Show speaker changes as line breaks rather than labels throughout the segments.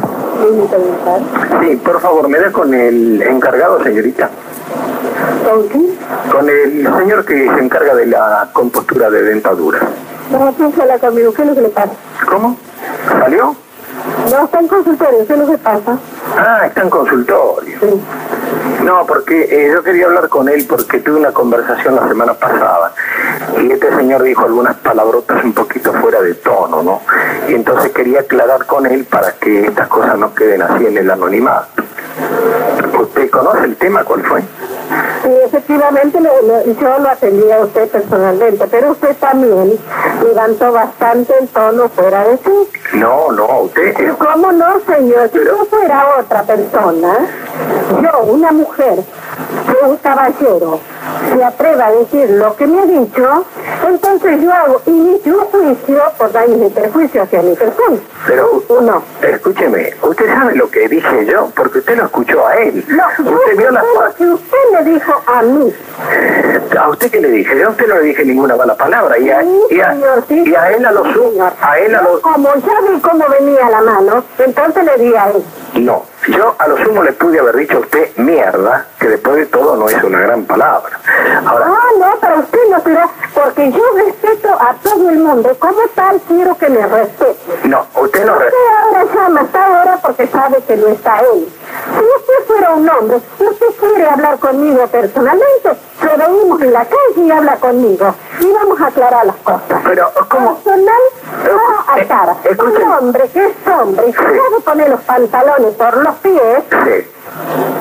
Clínica Dental.
Sí, por favor, me da con el encargado, señorita.
¿Con quién?
Con el señor que se encarga de la compostura de dentadura.
No, pues a la Camilo, ¿qué es lo que le pasa?
¿Cómo? ¿Salió?
No, está en consultorio, ¿qué es lo que pasa?
Ah, está en consultorio.
Sí.
No, porque eh, yo quería hablar con él porque tuve una conversación la semana pasada y este señor dijo algunas palabrotas un poquito fuera de tono, ¿no? Y entonces quería aclarar con él para que estas cosas no queden así en el anonimato. ¿Usted conoce el tema? ¿Cuál fue?
Sí, efectivamente lo- lo- yo lo atendí a usted personalmente, pero usted también levantó bastante el tono fuera de sí.
No, no, usted...
Pero ¿Cómo no, señor? Si yo fuera otra persona, yo, una mujer, que un caballero se atreva a decir lo que me ha dicho, entonces yo hago inicio un juicio por daños y perjuicio hacia mi persona.
Pero
Uno.
Escúcheme, usted sabe lo que dije yo, porque usted lo escuchó a él.
No, yo
usted vio las
creo que usted me dijo a mí.
¿A usted qué le dije? Yo a usted no le dije ninguna mala palabra. Y a,
Sí,
y a-
señor, sí,
y a él a los...
sí, señor.
A él a
Yo
los...
Como ya vi cómo venía la mano, entonces le di a él.
No, yo a lo sumo le pude haber dicho a usted mierda, que después de todo no es una gran palabra. Ahora,
No, Ah, no, para usted no será, porque yo respeto a todo el mundo. Como tal, quiero que me respete.
no, usted no... re-
Usted ahora llama hasta ahora porque sabe que no está él. Si usted fuera un hombre, usted quiere hablar conmigo personalmente, lo venimos en la calle y habla conmigo. Y vamos a aclarar las cosas.
Pero, ¿cómo?
Personal,
Eh,
cara a cara.
escuche.
Un hombre que es hombre y se sabe poner los pantalones por los pies,
Sí.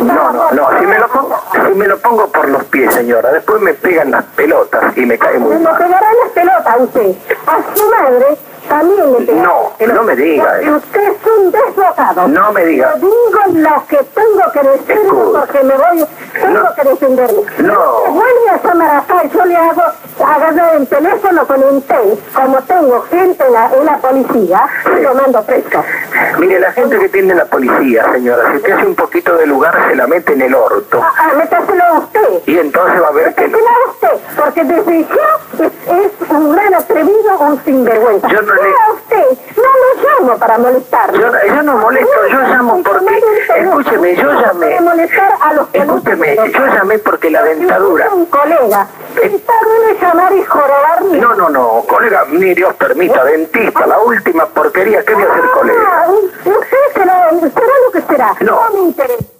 No, no, no, si me, lo pongo, si me lo pongo por los pies, señora, después me pegan las pelotas y me cae muy
le
mal.
pegará las pelotas a usted. A su madre también le pegará
No,
las pelotas.
no me diga
Porque usted es un desbocado.
No me diga.
Yo digo lo que tengo que decir
Escuche.
porque me voy, tengo
No.
que defenderme.
No.
Si vuelve a llamar acá y yo le hago agarrar el teléfono con un tel, como tengo gente en la, en la policía, y lo mando preso.
Mire, la gente que tiene la policía, señora, si usted hace un poquito de lugar, se la mete en el orto.
Ah, ah, métaselo a usted.
Y entonces va a ver que...
Métaselo a usted, porque desde ya es, es un gran atrevido, un sinvergüenza.
Yo no le-
Sea usted, no lo llamo para molestarlo.
Yo, yo no molesto, yo llamo porque... Escúcheme, yo llamé...
Para molestar a los
Escúcheme,
políticos.
yo llamé porque la dentadura...
Un colega. Está bien llamar y jorobar mi...
No, no, no, colega, ni Dios permita, dentista, la última porquería, ¿qué voy a hacer, colega?
Ah, usted será, será lo que será.
No.
me interesa.